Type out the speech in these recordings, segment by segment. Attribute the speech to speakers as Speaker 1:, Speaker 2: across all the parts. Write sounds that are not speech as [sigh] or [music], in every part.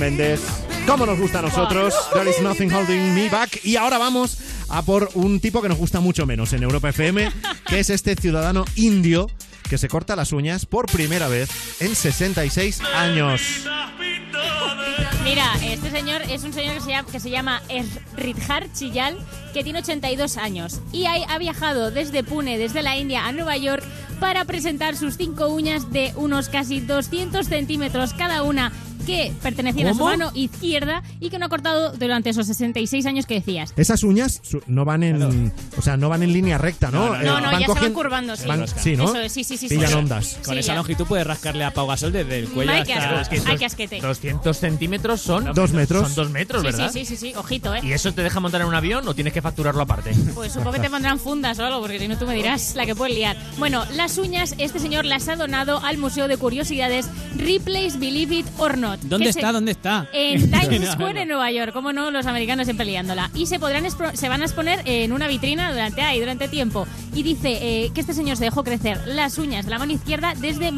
Speaker 1: Méndez. Como nos gusta a nosotros, There is nothing holding me back. Y ahora vamos a por un tipo que nos gusta mucho menos en Europa FM, que es este ciudadano indio que se corta las uñas por primera vez en 66 años.
Speaker 2: Mira, este señor es un señor que se llama, que se llama Er Ridhar Chillal, que tiene 82 años y ha, ha viajado desde Pune, desde la India a Nueva York para presentar sus cinco uñas de unos casi 200 centímetros cada una que pertenecían a su
Speaker 1: ¿Cómo?
Speaker 2: mano izquierda y que no ha cortado durante esos 66 años que decías.
Speaker 1: Esas uñas su- no van en, o sea, no van en línea recta, ¿no?
Speaker 3: No, no,
Speaker 1: Eh,
Speaker 2: No, no, ya se van
Speaker 1: cogiendo-
Speaker 2: curvando, sí.
Speaker 1: van- sí, ¿no?
Speaker 2: Eso es, sí, sí, sí. sí.
Speaker 1: Pillan ondas.
Speaker 2: Sí,
Speaker 3: Con esa
Speaker 2: ya.
Speaker 3: longitud puedes rascarle a Pau Gasol desde el cuello
Speaker 2: Ay, qué
Speaker 3: hasta...
Speaker 2: asco. Ay, qué asquete.
Speaker 4: 200 centímetros son...
Speaker 1: Dos metros.
Speaker 4: Son dos metros,
Speaker 2: Sí,
Speaker 4: ¿verdad?
Speaker 2: Sí, sí, sí, sí, ojito, ¿eh?
Speaker 4: ¿Y eso te deja montar en un avión o tienes que facturarlo aparte?
Speaker 2: Pues supongo que te pondrán fundas o algo, porque si no tú me dirás la que puedes liar. Bueno, las uñas, este señor las ha donado al Museo de Curiosidades Replace Believe It or Not.
Speaker 3: ¿Dónde
Speaker 2: que
Speaker 3: está?
Speaker 2: se- Eh,
Speaker 3: ¿Dónde está?
Speaker 2: En
Speaker 3: [laughs]
Speaker 2: Times
Speaker 3: No,
Speaker 2: Square,
Speaker 3: no.
Speaker 2: en Nueva York. Como no, los americanos siempre liándola. Y se, podrán expro- se van a exponer en una vitrina durante ahí, durante tiempo. Y dice eh, que este señor se dejó crecer las uñas de la mano izquierda desde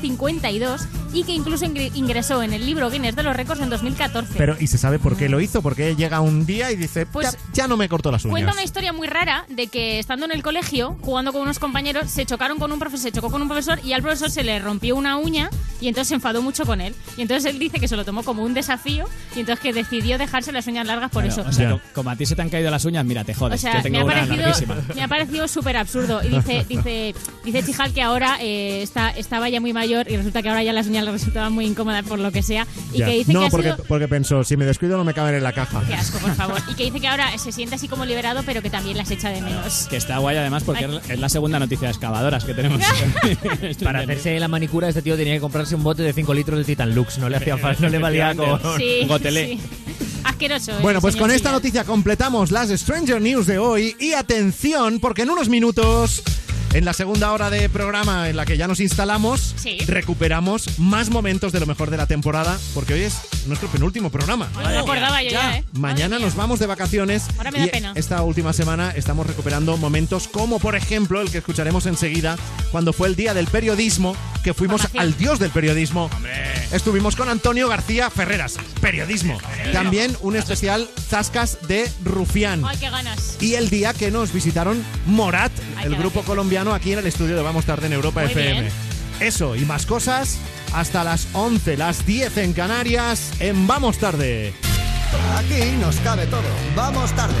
Speaker 2: 1952 y que incluso ingre- ingresó en el libro Guinness de los récords en 2014.
Speaker 1: Pero y se sabe por qué lo hizo, porque llega un día y dice,
Speaker 2: Pues-
Speaker 1: ya, ya no me corto las
Speaker 2: Cuenta
Speaker 1: uñas.
Speaker 2: una historia muy rara de que estando en el colegio, jugando con unos compañeros, se chocaron con un profesor, se chocó con un profesor y al profesor se le rompió una uña y entonces se enfadó mucho con él. Y entonces él dice que se lo tomó como un desafío y entonces que decidió dejarse las uñas largas por
Speaker 3: Claro,
Speaker 2: eso.
Speaker 3: O sea,
Speaker 1: Ya.
Speaker 3: co- como a ti se te han caído las uñas, mira, te
Speaker 2: O
Speaker 3: jodes.
Speaker 2: sea,
Speaker 3: Yo tengo
Speaker 2: me, ha
Speaker 3: una
Speaker 2: parecido,
Speaker 3: larguísima.
Speaker 2: me ha parecido súper absurdo. Y dice, dice, dice Chijal que ahora eh, está, estaba ya muy mayor y resulta que ahora ya las uñas le resultaban muy incómodas por lo que sea. Y
Speaker 1: Ya.
Speaker 2: que dice
Speaker 1: no,
Speaker 2: que ha
Speaker 1: porque,
Speaker 2: sido...
Speaker 1: porque pensó, si me descuido no me caben en la caja.
Speaker 2: Qué asco, por favor. Y que dice que ahora se siente así como liberado, pero que también las echa de menos.
Speaker 3: [laughs] Que está guay además porque
Speaker 2: Ay.
Speaker 3: es la segunda noticia de excavadoras que tenemos.
Speaker 4: [laughs] Para hacerse la manicura, este tío tenía que comprarse un bote de 5 litros de Titan Lux. No le hacía falta, no le valía con...
Speaker 2: Sí,
Speaker 3: Gotelé.
Speaker 2: sí. Asqueroso.
Speaker 1: Oh,
Speaker 2: ese
Speaker 1: Bueno, pues
Speaker 2: señor
Speaker 1: con esta
Speaker 2: Chillán.
Speaker 1: noticia completamos las Stranger News de hoy y atención, porque en unos minutos, en la segunda hora de programa en la que ya nos instalamos,
Speaker 2: Sí.
Speaker 1: recuperamos más momentos de lo mejor de la temporada, porque hoy es nuestro penúltimo programa.
Speaker 2: No me acordaba yo ya, ¿eh?
Speaker 1: Mañana
Speaker 2: Madre
Speaker 1: nos vamos de vacaciones.
Speaker 2: Ahora me da
Speaker 1: y
Speaker 2: pena.
Speaker 1: Esta última semana estamos recuperando momentos como, por ejemplo, el que escucharemos enseguida, cuando fue el día del periodismo, que fuimos
Speaker 2: Formación.
Speaker 1: al dios del periodismo. Estuvimos con Antonio García Ferreras, periodismo. También un especial Zascas de Rufián.
Speaker 2: mía. Ay, qué ganas.
Speaker 1: Y el día que nos visitaron Morat,
Speaker 2: Ay,
Speaker 1: el
Speaker 2: qué
Speaker 1: grupo
Speaker 2: gracia.
Speaker 1: colombiano, aquí en el estudio de Vamos Tarde en Europa
Speaker 2: Muy
Speaker 1: FM.
Speaker 2: bien.
Speaker 1: Eso y más cosas hasta las 11, las 10 en Canarias, en Vamos Tarde.
Speaker 5: Aquí nos cabe todo. Vamos tarde.